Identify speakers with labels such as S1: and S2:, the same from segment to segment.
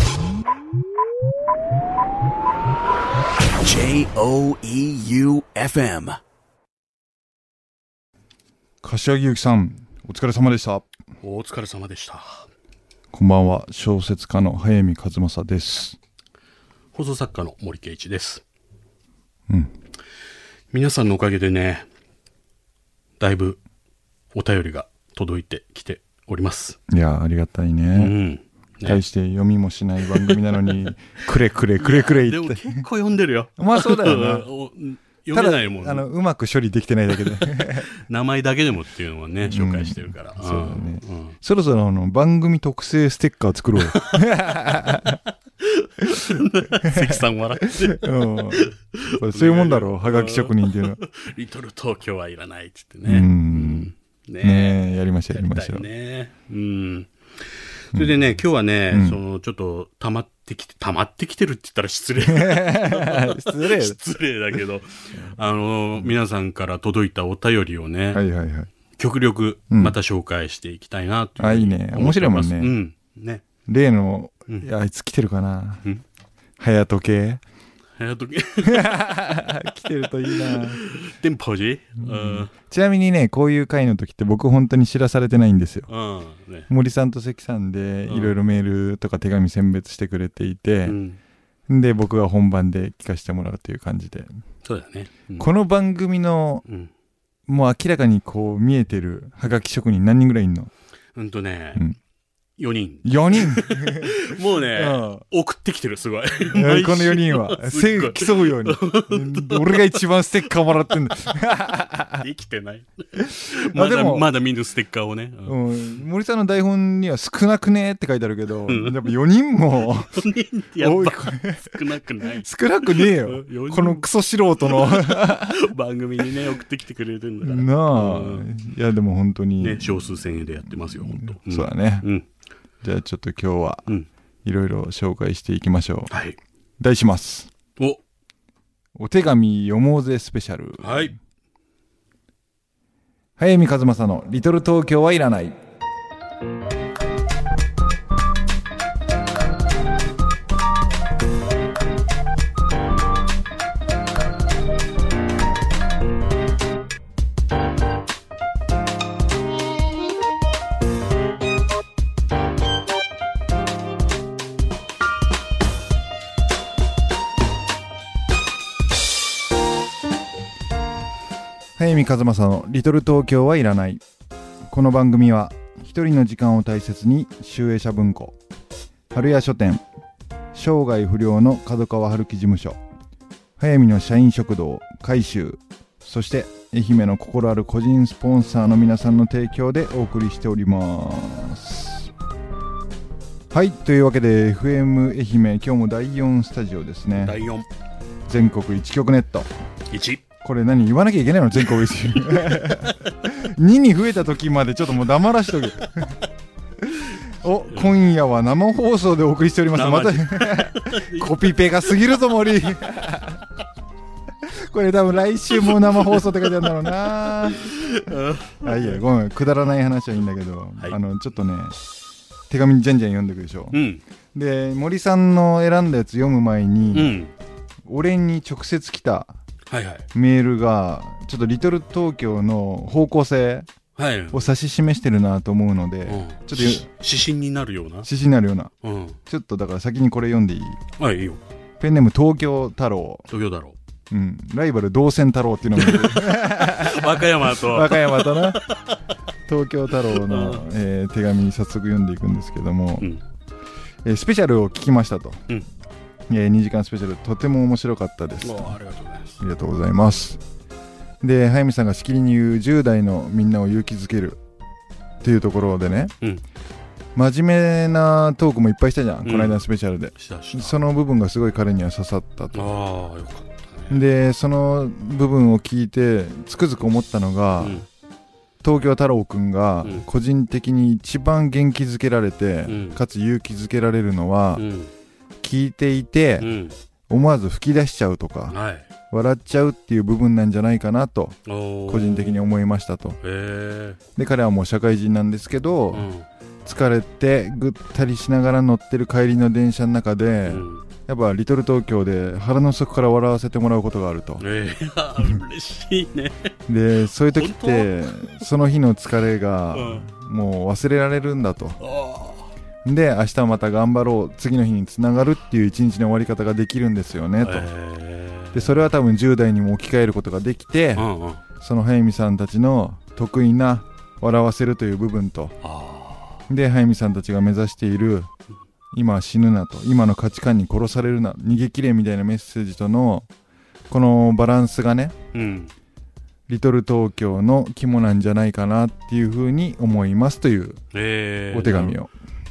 S1: E J-O-E-U-F-M
S2: 柏木由紀さんお疲れ様でした
S3: お疲れ様でした
S2: こんばんは小説家の早見和正です
S3: 放送作家の森圭一です皆さんのおかげでねだいぶお便りが届いてきております
S2: いやーありがたいね、
S3: うん
S2: 対して読みもしない番組なのに くれくれくれくれ
S3: でも
S2: 言って
S3: 結構読んでるよ
S2: まあそうだよな
S3: お 読めないもん
S2: ただあのうまく処理できてないだけで
S3: 名前だけでもっていうのはね紹介してるから、うん、
S2: そうだね
S3: うん
S2: そろそろあの番組特製ステッカー作ろうよ、
S3: 関さん笑ってる
S2: うん、やっぱりそういうもんだろうはがき職人っていうのは
S3: リトル東京はいらないっつって
S2: う
S3: ね、
S2: ん
S3: ねえ
S2: ねえやりましょうやりま
S3: だ
S2: しょ
S3: よ
S2: う、
S3: ね。うん。それでね、今日はね、その、ちょっと、溜まってきて、溜まってきてるって言ったら失 礼。
S2: 失礼
S3: 失礼だけど、あの、皆さんから届いたお便りをね、
S2: はいはいはい
S3: 極力、
S2: ん
S3: また紹介していきたいな、という
S2: あいいね
S3: 思
S2: 面
S3: って
S2: 白いもん
S3: ます
S2: ね、
S3: うん。ね。
S2: 例の、いやあいつ来てるかな、早時計
S3: 早時 計、
S2: 来てるといいな
S3: 電波時うん。
S2: ちなみにねこういう回の時って僕本当に知らされてないんですよ
S3: うん。ね。
S2: 森さんと関さんで
S3: うん
S2: いろいろメールとか手紙選別してくれていて
S3: う、ん。
S2: で僕が本番で聞かせてもらうという感じで、
S3: そうだね。うん
S2: この番組の
S3: うん。
S2: もう明らかにこう見えてるはがき職人何人ぐらいいんの
S3: うんとね
S2: うん、
S3: 4人。
S2: 4人
S3: もう
S2: う
S3: ね、
S2: ん
S3: 送ってきてる、すごい。
S2: こ の4人は
S3: すっご
S2: 性
S3: い
S2: を競うよう に俺が一番ステッカーもらってんだ
S3: 生きてない。ま
S2: で
S3: だ、
S2: も
S3: まだ見ぬステッカーをね。うん
S2: うん、森さんの台本には少なくねって書いてあるけど、やっぱ4人も
S3: 本人ってやっ
S2: 多い
S3: ぱ少なく ない。
S2: 少なくねえよ
S3: うん四。人
S2: このクソ素人の。
S3: 番組にね、送ってきてくれてるんだから。
S2: なあ、
S3: うん
S2: いやでも本当に、
S3: ね、少数千円でやってますよ、本当。ん
S2: そうだね。
S3: うん。
S2: じゃあちょっと今日は
S3: うん。
S2: いろいろ紹介していきましょう。
S3: はい。
S2: 題します。
S3: お、
S2: お手紙読もうぜスペシャル。
S3: はい。
S2: 早見和正の「リトル東京はいらない」早見和正の「リトル東京はいらない」この番組は一人の時間を大切に集英社文庫春屋書店生涯不良の角川春樹事務所早見の社員食堂改修そして愛媛の心ある個人スポンサーの皆さんの提供でお送りしておりますはいというわけで FM 愛媛今日も第4スタジオですね
S3: 第4、
S2: 全国1局ネット
S3: 1。
S2: これ何言わなきゃいけないの全国一 2に増えた時までちょっともう黙らしと けお今夜は生放送でお送りしておりますまた
S3: 生
S2: コピペが過ぎるぞ森これ多分来週も生放送って書いてあるんだろう なあいいやごめんくだらない話はいいんだけど、
S3: はい
S2: あのちょっとね手紙じゃんじゃん読んでいくでしょ
S3: うん。
S2: で森さんの選んだやつ読む前に、
S3: うん。
S2: 俺に直接来た
S3: はいはい。
S2: メールがちょっと「リトル東京」の方向性
S3: はい。
S2: を指し示してるなと思うので、
S3: うん
S2: ちょっと
S3: し
S2: 指
S3: 指針になるような。
S2: 示になるような
S3: うん。
S2: ちょっとだから先にこれ読んでいい
S3: はい、いいよ。
S2: ペンネーム東京太郎、
S3: 東京だろ
S2: うん、ライバル同線太郎ってい うのもいる
S3: う。和歌山
S2: 和
S3: と、
S2: 歌山とな東京太郎の、えー手紙早速読んでいくんですけども、
S3: うん。
S2: えースペシャルを聞きましたと、
S3: うん
S2: え2時間スペシャルとても面白かったです
S3: もうありがとうございます
S2: あ。りがとうございます。で、早見さんがしきりに言う10代のみんなを勇気づけるっていうところでね、
S3: うん
S2: 真面目なトークもいっぱいしたじゃん、この間のスペシャルで。
S3: したした。
S2: その部分がすごい彼には刺さった
S3: あ
S2: と。
S3: あ、よかったね。
S2: で、その部分を聞いて、つくづく思ったのが、
S3: うん
S2: 東京太郎くんが
S3: うん
S2: 個人的に一番元気づけられて、
S3: うん
S2: かつ勇気づけられるのは、
S3: うん。
S2: 聞いていて、
S3: うん。
S2: 思わず吹き出しちゃうとか、
S3: はい。
S2: 笑っちゃうっていう部分なんじゃないかなと、
S3: 個
S2: 個人的に
S3: へ
S2: 思いましたと。
S3: え。
S2: で彼はもう社会人なんですけど、
S3: うん。
S2: 疲れてぐったりしながら乗ってる帰りの電車の中で、
S3: うん
S2: やっぱリトル東京で腹の底から笑わせてもらうことがあると
S3: ええ嬉しいね。
S2: でそういう時ってその日の疲れが
S3: うん
S2: もう忘れられるんだと
S3: あ
S2: で明日また頑張ろう次の日につながるっていう一日の終わり方ができるんですよね
S3: あ
S2: と、
S3: ええ
S2: でそれは多分10代にも置き換えることができて
S3: うんうん。あ
S2: その速水さんたちの得意な笑わせるという部分と
S3: あ。
S2: で速水さんたちが目指している今は死ぬなと今の価値観に殺されるな逃げ切れみたいなメッセージとのこのバランスがね
S3: うん。
S2: リトル東京の肝なんじゃないかなっていうふうに思いますという
S3: ええ
S2: お手紙を、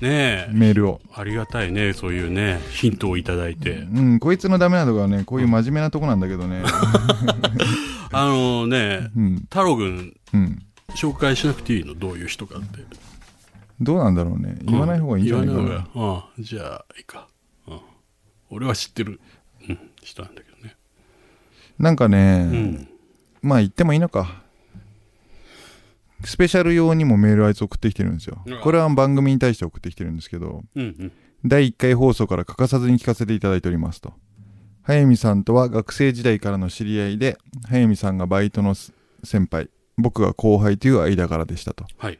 S3: ねえ。
S2: メールを、
S3: ありがたいね、そういうね、ヒントをいただいて。
S2: うん、こいつのダメなとこはねこういう真面目なとこなんだけどね
S3: あのね、
S2: うん
S3: 太郎君、
S2: うん
S3: 紹介しなくていいのどういう人かって。
S2: どうなんだろうね言わない方がいいんじゃないかな、
S3: 言わない方がああじゃあ、いいか。ああ俺は知ってる、うん、人なんだけどね。
S2: なんかね、
S3: うん。
S2: まあ言ってもいいのか。スペシャル用にもメールあいつ送ってきてるんですよ
S3: うわ。
S2: これは番組に対して送ってきてるんですけど、
S3: うんうん。
S2: 第1回放送から欠かさずに聞かせていただいておりますと。早見さんとは学生時代からの知り合いで、早見さんがバイトのす先輩、僕が後輩という間柄でしたと。
S3: はい。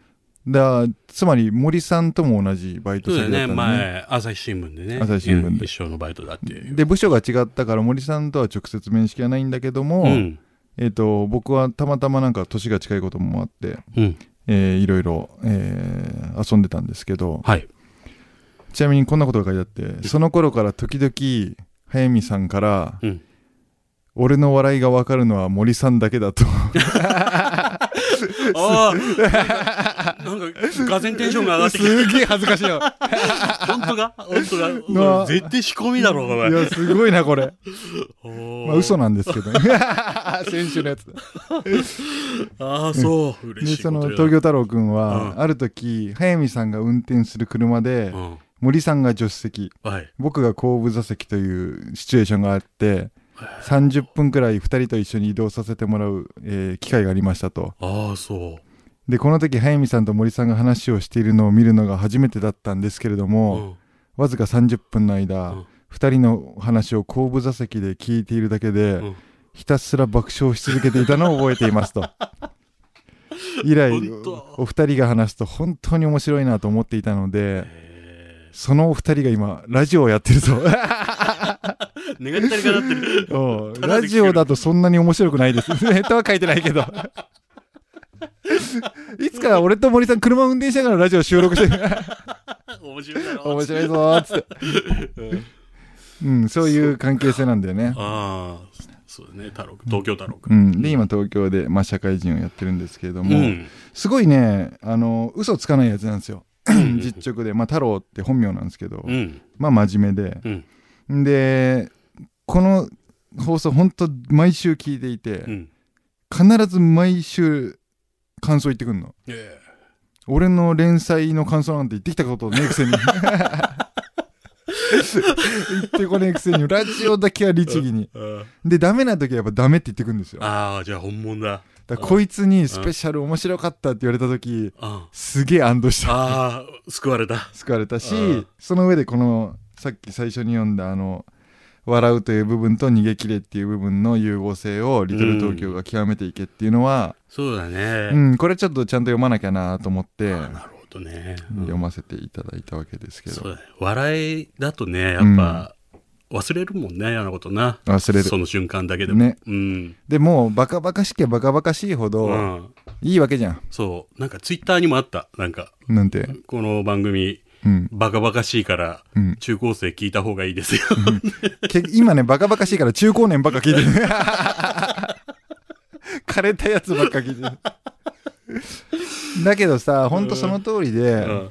S2: だつまり森さんとも同じバイト
S3: そうだ
S2: 先だ
S3: よ
S2: った
S3: ね、
S2: んで、
S3: 前、朝日新聞でね。
S2: 朝日新聞で
S3: うん一生のバイトだっていう。
S2: で、部署が違ったから森さんとは直接面識はないんだけども、
S3: うん。
S2: えっ、と、僕はたまたまなんか年が近いこともあって、
S3: うん。
S2: えーいろいろ、えー遊んでたんですけど、
S3: はい。
S2: ちなみにこんなことが書いてあって、その頃から時々、早見さんから、
S3: うん。
S2: 俺の笑いがわかるのは森さんだけだと。
S3: ああなんか、がぜんテンションが上がってきて、
S2: すげえ恥ずかしいよ。
S3: 本当か本当か
S2: うわ
S3: うん絶対仕込みだろ、これ。
S2: いや、すごいな、これ。ま
S3: ま
S2: あ、嘘なんですけどね。 先週のやつ。
S3: ああ、そう。嬉
S2: で、
S3: しいこ
S2: そ
S3: と
S2: の
S3: だ。
S2: 東京太郎くんは、
S3: うん
S2: ある時、早見さんが運転する車で、森さんが助手席、
S3: うん。はい。
S2: 僕が後部座席というシチュエーションがあって、30分くらい2人と一緒に移動させてもらう、えー機会がありましたと。
S3: ああ、そ
S2: で、この時、早見さんと森さんが話をしているのを見るのが初めてだったんですけれど
S3: う。う
S2: も、
S3: ん。
S2: わずか30分の間、
S3: うん
S2: 2人の話を後部座席で聞いているだけで、
S3: うん
S2: ひたすら爆笑し続けていたのを覚えています と。以来
S3: 本当、
S2: お二人が話すと本当に面白いなと思っていたので、そのお二人が今、ラジオをやってる と。
S3: 願ったりかなってる。
S2: うん
S3: ただ
S2: ラ
S3: で聞ける
S2: ジオだとそんなに面白くないです。ネタは書いてないけど。いつか俺と森さん車運転しながらラジオ収録して、
S3: 面白いだろ。
S2: 面白いぞーっつって。うん、そういう関係性なんだよね。
S3: ああ、そうだね、太郎君。東京太郎
S2: う
S3: 君。
S2: ん、で、今東京で、まあ、社会人をやってるんですけれども、
S3: うん。
S2: すごいね、あの、嘘つかないやつなんですよ。 実直で、まあ、太郎って本名なんですけど、
S3: うん。
S2: まあ、真面目で。
S3: うん。
S2: で、この放送、本当毎週聞いていて、
S3: うん。
S2: 必ず毎週感想言ってくんの
S3: え
S2: 俺の連載の感想なんて言ってきたことねえく せに言ってこねえくせにラジオだけは律儀に
S3: えうん
S2: でダメな時はやっぱダメって言ってくんですよだか
S3: ああ、じゃあ本物だ。
S2: らこいつにスペシャル面白かったって言われた時
S3: あ
S2: すげえ安堵した
S3: あー、救われた。
S2: 救われた
S3: うん
S2: しその上でこのさっき最初に読んだあの笑うという部分と逃げ切れっていう部分の融合性をリトル東京が極めていけっていうのは、
S3: そうだ
S2: う
S3: ね。
S2: ん、これちょっとちゃんと読まなきゃなと思って
S3: なるほどね。
S2: 読ませていただいたわけですけど、
S3: そうだね。笑いだとね、やっぱ、忘れるもんね、あのことな。
S2: 忘れる
S3: その瞬間だけでも。
S2: ね
S3: うん。
S2: でもうバカバカしきゃバカバカしいほど、
S3: うん。
S2: いいわけじゃん
S3: そう。なんかツイッターにもあった。なんか、
S2: なんて
S3: この番組、
S2: うん
S3: バカバカしいから
S2: うん、
S3: 中高生聞いた方がいいですよ。
S2: け今ねバカバカしいから中高年ばっか聞いてる 枯れたやつばっか聞いてるだけどさほんとその通りで、
S3: うん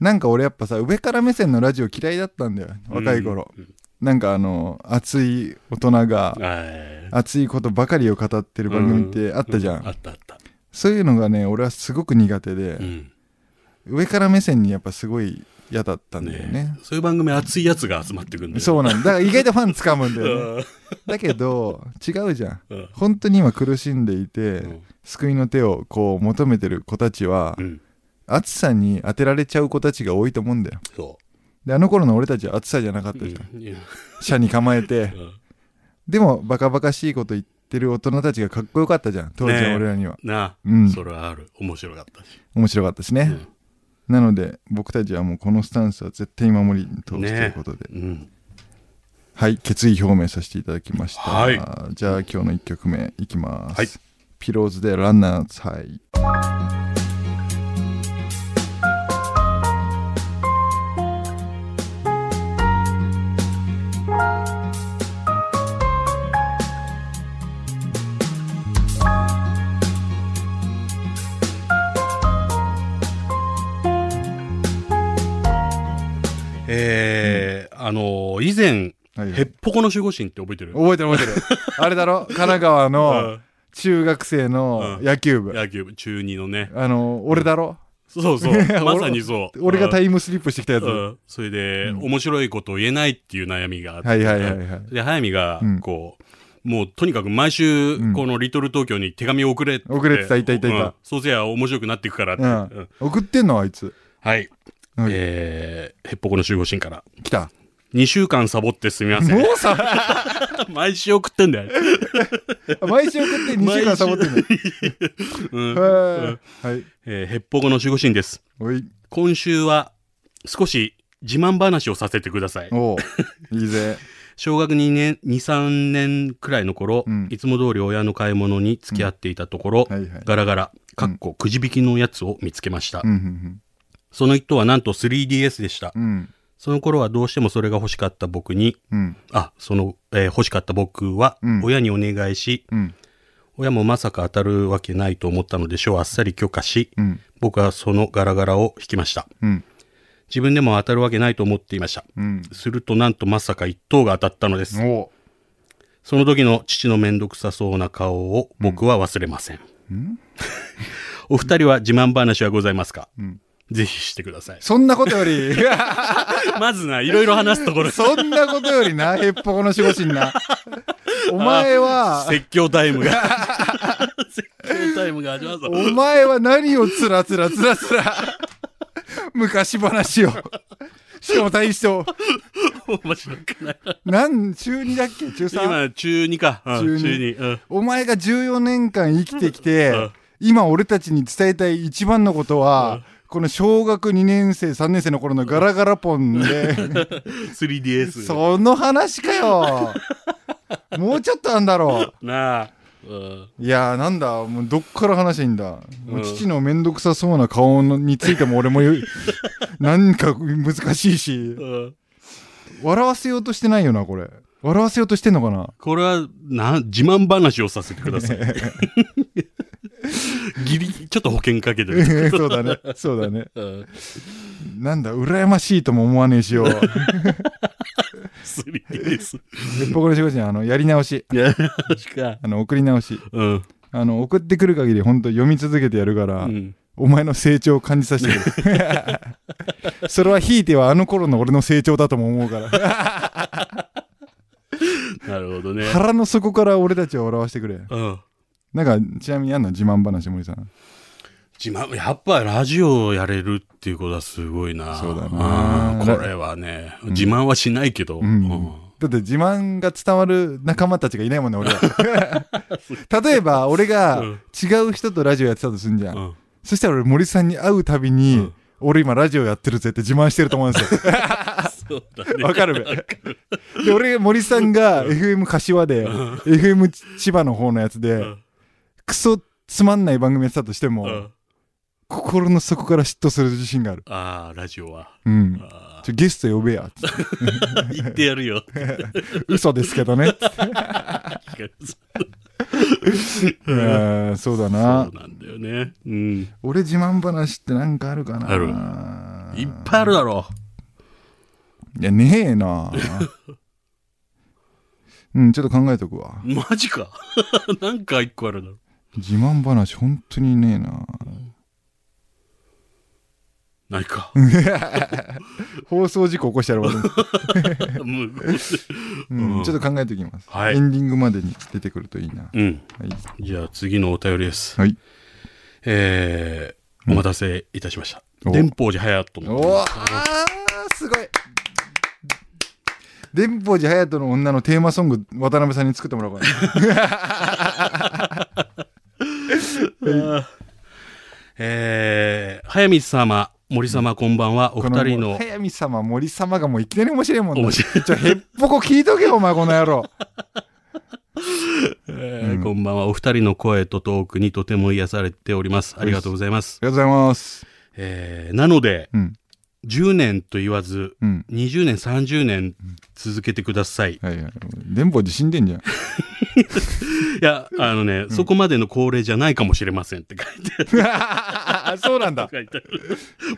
S2: なんか俺やっぱさ上から目線のラジオ嫌いだったんだよ若い頃、なんかあの熱い大人が
S3: はい
S2: 熱いことばかりを語ってる番組ってあったじゃん、
S3: あったあった。
S2: そういうのがね俺はすごく苦手で、
S3: うん。
S2: 上から目線にやっぱすごい嫌だったんだよね。
S3: そういう番組熱いやつが集まってくるんだよ。
S2: そうなんだ。だから意外とファン掴むんだよね。
S3: うん。
S2: だけど、違うじゃん。
S3: うん
S2: 本当に今苦しんでいて、
S3: ん
S2: 救いの手をこう求めてる子たちは、
S3: うん。
S2: 暑さに当てられちゃう子たちが多いと思うんだよ。
S3: そ
S2: で、あの頃の俺たちは暑さじゃなかっ
S3: う。
S2: たじゃん。
S3: うんいや
S2: 社に構えて。でも、バカバカしいこと言ってる大人たちがかっこよかったじゃん。当時
S3: ねえ
S2: の俺らには。
S3: なあ、
S2: うん
S3: それはある。面白かったし。
S2: 面白かったしね。なので、僕たちはもうこのスタンスは絶対に守り通すということで。
S3: うん。
S2: はい、決意表明させていただきました。
S3: はい
S2: じゃあ今日の1曲目いきます。
S3: はい
S2: ピローズでランナーズハイ。
S3: えーあのー以前、
S2: はい
S3: ヘッポコの守護神って覚えてる
S2: 覚えてる 覚えてる。あれだろ神奈川の中学生の野球部。
S3: 野球部中2のね。
S2: あの、俺だろ
S3: そうそう
S2: 俺。
S3: まさにそう。
S2: 俺がタ
S3: イ
S2: イムスリップしてきたやつ。は
S3: それで、面白いことを言えないっていう悩みがあって。
S2: いはいはいはい。
S3: で、早見が
S2: うん、
S3: こう、もうとにかく毎週、
S2: うん
S3: このリトル東京に手紙を送れって。
S2: 送れってたいたいたいた
S3: うんそうせや面白くなっていくからって。
S2: うん
S3: うん
S2: 送ってんのあいつ。
S3: はい。
S2: はい
S3: えー、ヘッポコの集合シーンから。
S2: 来た。
S3: 2週間サボってすみません。
S2: もうさ、
S3: 毎週送ってんだよ。
S2: 毎週送って2週間 サボってんの。へ
S3: うん
S2: ーはい。
S3: えーヘッポコの守護神です。
S2: おい。
S3: 今週は少し自慢話をさせてください。
S2: おう。いいぜ。
S3: 小学2年、2、3年くらいの頃、
S2: うん
S3: いつも通り親の買い物に付き合っていたところ、
S2: はいはい。
S3: ガラガラ、かっこくじ引きのやつを見つけました。
S2: うんうん
S3: その一頭はなんと 3DS でした。
S2: うん。うん。
S3: その頃はどうしてもそれが欲しかった僕に、
S2: うん。
S3: あ、その、えー欲しかった僕は
S2: うん、
S3: 親にお願いし、
S2: うん。
S3: 親もまさか当たるわけないと思ったのでしょう、あっさり許可し、
S2: うん。
S3: 僕はそのガラガラを引きました。
S2: うん。
S3: 自分でも当たるわけないと思っていました。
S2: うん。
S3: するとなんとまさか一等が当たったのです。
S2: お
S3: その時の父のめんどくさそうな顔を僕は忘れません。
S2: ん
S3: お二人は自慢話はございますか、
S2: ん。
S3: ぜひしてください
S2: そんなことより、
S3: まずな、いろいろ話すところ、
S2: そんなことよりな、ヘッポコの守護神な。お前は、
S3: 説教タイ ムが。説教タイムが始まるぞ。
S2: お前は何をつらつらつらつら、昔話を。しかも大将、
S3: 面白くない。
S2: なん、中2だっけ中 3?
S3: 今、中2か。うん
S2: 中二
S3: 中二うん
S2: お前が14年間生きてきて
S3: うん、
S2: 今俺たちに伝えたい一番のことは、この小学2年生、3年生の頃のガラガラポンで、
S3: 3DS。
S2: その話かよ。もうちょっとあんだろう。
S3: なあ。うん
S2: いやーなんだもうどっから話していいんだ、もう
S3: うん
S2: 父のめんどくさそうな顔のについても俺も 言うなんか難しいし
S3: うん
S2: 笑わせようとしてないよなこれ笑わせようとしてんのかな
S3: これは、なん、自慢話をさせてくだ さい。ギリ、ちょっと保険かけてる。
S2: そうだねそうだね
S3: うん
S2: なんだ羨ましいとも思わねえしよ
S3: 3DS。
S2: 僕の仕事人あのやり直し
S3: いや、 確か。
S2: あの送り直し
S3: うん。
S2: あの送ってくる限り本当読み続けてやるから、
S3: うん
S2: お前の成長を感じさせてく れそれはひいてはあの頃の俺の成長だとも思うから
S3: なるほどね。
S2: 腹の底から俺たちを笑わせてくれ
S3: うん。
S2: なんか、ちなみにあんの自慢話、森さん。
S3: 自慢、やっぱラジオをやれるっていうことはすごいな。
S2: そうだな
S3: うんこれはね、自慢はしないけど。
S2: うん
S3: うん
S2: だって自慢が伝わる仲間たちがいないもんね、俺 は。例えば、俺が
S3: うん
S2: 違う人とラジオやってたとすんじゃん。
S3: うん
S2: そしたら俺、森さんに会うたびに、
S3: うん
S2: 俺今ラジオやってるぜって自慢してると思うんですよ。
S3: そうだね。
S2: わかるべ。で、俺、森さんが FM 柏で、FM 千葉の方のやつで
S3: ん、
S2: クソつまんない番組やってたとしても、
S3: うん
S2: 心の底から嫉妬する自信がある。
S3: ああ、ラジオは。
S2: うん。
S3: あ
S2: ちょゲスト呼べや。つって
S3: あ言ってやるよ。
S2: 嘘ですけどね。いやーそうだな
S3: そうなんだよね。うん。
S2: 俺自慢話ってなんかあるかな
S3: あるいっぱいあるだろ
S2: いやねえ なうんちょっと考えとくわ
S3: う。マジか。 なんか一個あるだろう。
S2: 自慢話本当にねえ な
S3: ないか。
S2: 放送事故起こ したら悪い、
S3: も
S2: う
S3: う
S2: ん
S3: うん
S2: ちょっと考えておきます、
S3: はい
S2: エンディングまでに出てくるといいな、
S3: うん。
S2: はい
S3: じゃあ次のお便りです。
S2: はい
S3: えーお待たせいたしました。
S2: お
S3: 電報寺隼人
S2: お
S3: の。
S2: おすごい電報寺隼人の女のテーマソング渡辺さんに作ってもらおうかな
S3: えー、早水様、森様、こんばんは。 お二人
S2: こもう
S3: の。
S2: 速水様森様がもういきなり面白いもん
S3: 面
S2: な
S3: 白い
S2: ちょへっぽこ聞いとけよお前この野郎
S3: えーこんばんは。お二人の声とトークにとても癒されております。ありがとうございます。
S2: ありがとうございます
S3: えー、なので、
S2: うん
S3: 10年と言わず、
S2: うん
S3: 20年、30年続けてください。い
S2: はいはい電報寺死んでんじゃ ん
S3: や、あのね、そこまでの高齢じゃないかもしれませんって書いてある。
S2: そうなんだ。
S3: 書いてある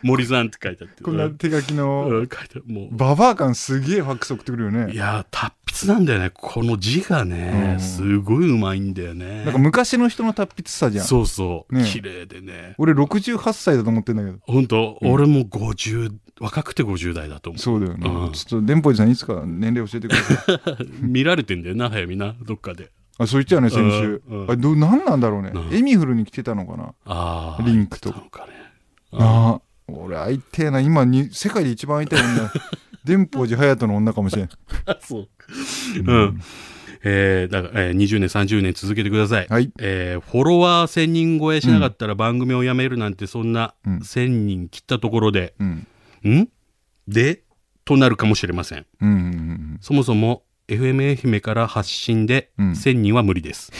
S3: 森さんって書いてあって。
S2: こんな手書き
S3: うん
S2: の、
S3: 書いてある。もう。
S2: ババア感すげえファックス送ってくるよ
S3: い
S2: ね。
S3: やー、達筆なんだよね。この字がね、
S2: うん
S3: すごいうまいんだよね。
S2: なんか昔の人の達筆さじゃん。
S3: そうそう、
S2: ね
S3: 綺麗でね。
S2: 俺68歳だと思ってんだけど。
S3: 本当、
S2: うん
S3: 俺も50、若くて50代だと思
S2: そうだよね。
S3: うん
S2: ちょっと、電報寺さんいつか年齢教えてください。
S3: う。見られてんだよな、早見な、どっかで。
S2: あ、そう言ってたよね、先週
S3: うんう。ん
S2: あ、ど、なんなんだろうね
S3: う。ん
S2: エミフルに来てたのかな
S3: ああ。
S2: リンクと
S3: なのかね。 あ
S2: ああ。俺、会いてえな。今に、世界で一番会いたい女。 電報寺隼人の女かもしれん。
S3: あ、そう。うん。えー、だから、えー、20年、30年続けてください。
S2: はい。
S3: えーフォロワー1000人超えしなかったら番組をやめるなんて、そんな
S2: うん
S3: 1000人切ったところで、
S2: うん。
S3: んでとなるかもしれません。
S2: うんうんうん
S3: そもそも FM 愛媛から発信で
S2: うん
S3: 1000人は無理 です。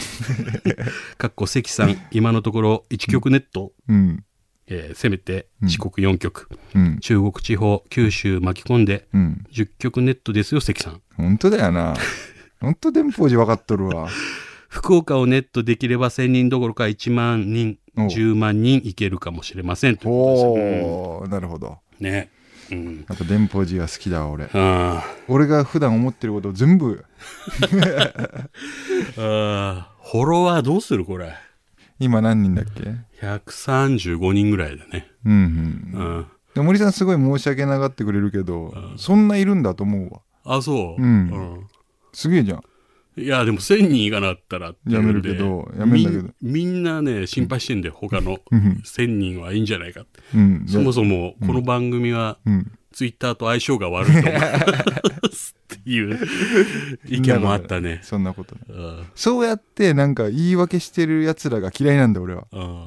S3: かっこ関さん、今のところ1曲ネット、
S2: うん。うん。
S3: えーせめて
S2: うん
S3: 四国4曲、
S2: うん。
S3: 中国地方、九州巻き込んで
S2: うん。
S3: 10曲ネットですよ、関さん。
S2: 本当だよな。本当電報寺分かっとるわ。
S3: 福岡をネットできれば1000人どころか1万人、
S2: おう
S3: 10万人いけるかもしれませんということですよ。
S2: おー、なるほど。
S3: うんね。うん。
S2: やっぱ電報寺が好きだわ俺
S3: あ
S2: 俺が普段思ってることを全部
S3: ーあー、フォロワーどうするこれ。
S2: 今何人だっけうん
S3: 135人ぐらいだね。
S2: うん
S3: うん。
S2: で森さんすごい申し訳ながってくれるけど、そんないるんだと思うわ
S3: あ、そう。
S2: うん
S3: うん
S2: すげえじゃん
S3: いや、でも1000人いかなったらっていうんで
S2: やめるけどやめんだけど
S3: みんみんなね、心配してんだよ、他の
S2: うん
S3: 1000人はいいんじゃないかって。
S2: うん
S3: そもそも、この番組は、
S2: うん
S3: ツイッターと相性が悪いと思う。 っていう意見もあったね。
S2: そんなことない
S3: うん
S2: そうやってなんか言い訳してるやつらが嫌いなんだ俺は
S3: うん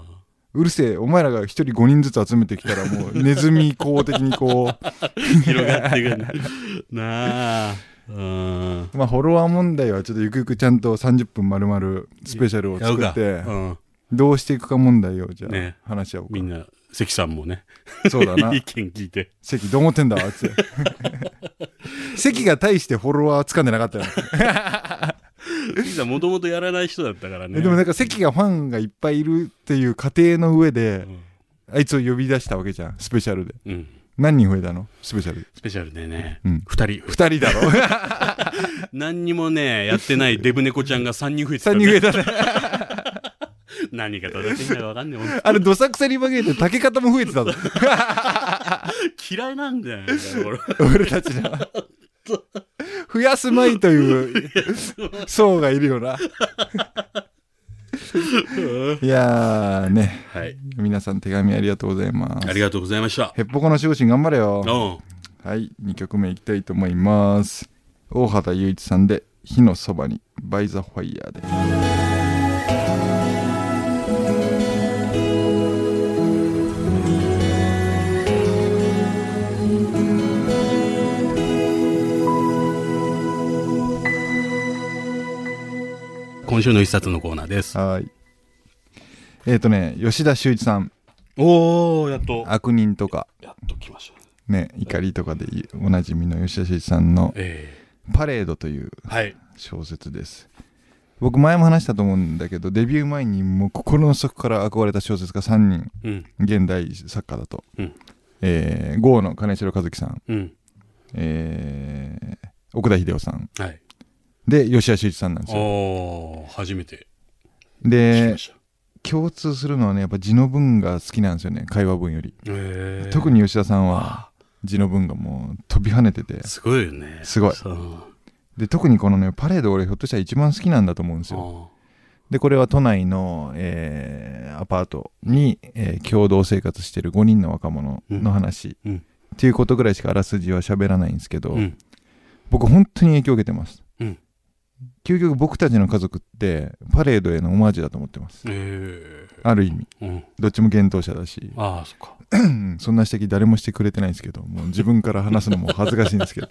S2: うるせえお前らが一人5人ずつ集めてきたらもうネズミ公的にこ
S3: 広がっていくねなあ。うん
S2: うまあフォロワー問題はちょっとゆくゆくちゃんと30分まるまるスペシャルを
S3: やる
S2: 作
S3: か
S2: っ。て
S3: うん
S2: どうしていくか問題をじゃあ
S3: ね
S2: 話し合おうか、
S3: みんな、関さんもね、
S2: そうだな
S3: 意見聞いて。
S2: 関どう思ってんだあいつ 関が大してフォロワーつかんでなかったよ、
S3: 関さんもともとやらない人だったからね。
S2: でもなんか関がファンがいっぱいいるっていう過程の上で
S3: うん
S2: あいつを呼び出したわけじゃんスペシャルで
S3: うん。
S2: 何人増えたのスペシャルで
S3: スペシャルでね、
S2: うん
S3: 二人、
S2: 2人だ ろ
S3: 何にも ね、やってないデブ猫ちゃんが3人増えてた、
S2: 3
S3: ね。
S2: 人増えたね
S3: 何が正しいんだかわかんない。本
S2: あれどさくさに紛れて竹方も増えてたぞ
S3: 当嫌いなんだよ、ね。 俺
S2: 俺たちの増やすまいという層がいるよないやーね
S3: はい。
S2: 皆さん手紙ありがとうございます
S3: ありがとうございました。
S2: ヘッポコの守護神頑張れよ
S3: うん。
S2: はい、2曲目いきたいと思います。大畑雄一さんで「火のそばに」バイザファイヤーで。
S3: 今週の一冊のコーナーです。
S2: はい。えっ、ー、とね、吉田修一さん、
S3: おおやっと。
S2: 悪人とか、
S3: やっと来ました。
S2: ね、怒りとかでおなじみの吉田修一さんの
S3: え
S2: 「パレード」という
S3: えはい。
S2: 小説です。僕前も話したと思うんだけどデビュー前にもう心の底から憧れた小説家3人
S3: うん。
S2: 現代作家だと、
S3: うん
S2: えー、郷の金城和樹さん、
S3: うん。
S2: えー、奥田秀夫さん
S3: はい。
S2: で吉田修一さんなんですよ
S3: おー、初めて聞き
S2: で
S3: ました。
S2: 共通するのはねやっぱ字の文が好きなんですよね会話文より、
S3: ええ
S2: 特に吉田さんは字の文がもう飛び跳ねてて
S3: すごいよね。
S2: すごい
S3: そう。
S2: で特にこのねパレード俺ひょっとしたら一番好きなんだと思うんですよ
S3: あ
S2: で、これは都内の、えーアパートに、えー共同生活してる5人の若者の話、
S3: うんうん
S2: っていうことぐらいしかあらすじは喋らないんですけど、
S3: うん。
S2: 僕本当に影響を受けてます。
S3: うん
S2: 究極僕たちの家族ってパレードへのオマージュだと思ってます。
S3: えー
S2: ある意味、
S3: うん。
S2: どっちも幻冬者だし、
S3: ああ、そっか。
S2: うんそんな指摘誰もしてくれてないんですけど、もう自分から話すのも恥ずかしいんですけ ど。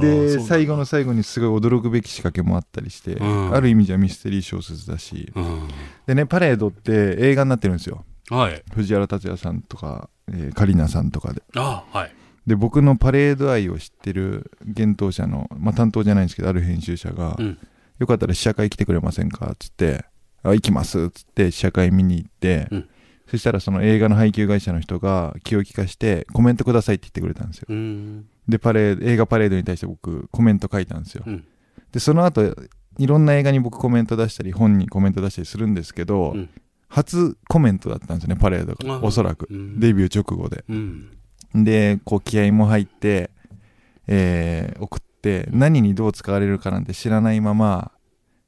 S2: で、最
S3: 後。
S2: 後の最後にすごい驚くべき仕掛けもあったりして、
S3: うん
S2: ある意味じゃミステリー小説だし、
S3: うん。
S2: でね、パレードって映画になってるんですよ。
S3: はい。
S2: 藤原竜也さんとか、えーカリナさんとかで。
S3: ああ、はい。
S2: で、僕のパレード愛を知ってる幻冬者の、まあ、担当じゃないんですけど、ある編集者が、
S3: うん。
S2: よかったら試写会来てくれませんかっつって、あ、行きますっつって試写会見に行って、
S3: うん
S2: そしたらその映画の配給会社の人が気を利かして、コメントくださいって言ってくれたんですよ。
S3: うん。
S2: で、パレード、映画パレードに対して僕、コメント書いたんですよ。
S3: うん。
S2: で、その後、いろんな映画に僕コメント出したり、本にコメント出したりするんですけど、
S3: うん
S2: 初コメントだったんですよね、パレード
S3: あ
S2: が。おそらく
S3: う。ん
S2: デビュー直後で。
S3: うん。
S2: で、こう気合も入って、えー送って、何にどう使われるかなんて知らないまま、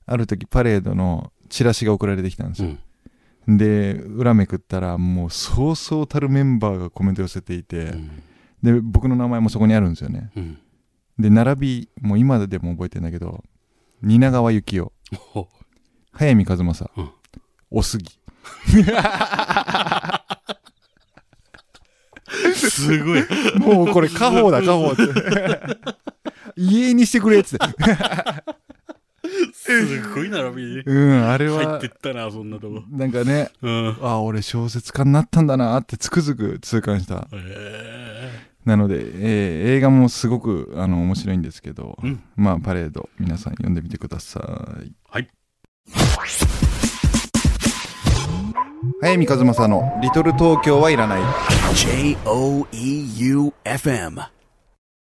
S2: ある時パレードのチラシが送られてきたんです
S3: う
S2: よ。
S3: ん。
S2: で、裏めくったら、もうそうそうたるメンバーがコメント寄せていて、
S3: うん
S2: で、僕の名前もそこにあるんですよね。
S3: うん。
S2: で、並び、もう今でも覚えてんだけど、蜷川幸雄、
S3: ほ
S2: 早見和正、
S3: うん
S2: おすぎ。
S3: すごい。
S2: もうこれ家宝だ、家宝って。家にしてくれっつって。
S3: すごい並び。
S2: うん、あれ
S3: 入
S2: は
S3: ってっ、たな、そんなとこ。
S2: なんかね、
S3: うん。
S2: ああ、俺小説家になったんだなってつくづく痛感した。
S3: え
S2: なので、えー映画もすごくあの面白いんですけど、
S3: うん
S2: まあパレード皆さん読んでみてください。
S3: はい。
S2: 早見和正の「リトル東京はいらない」
S1: J O E U F M.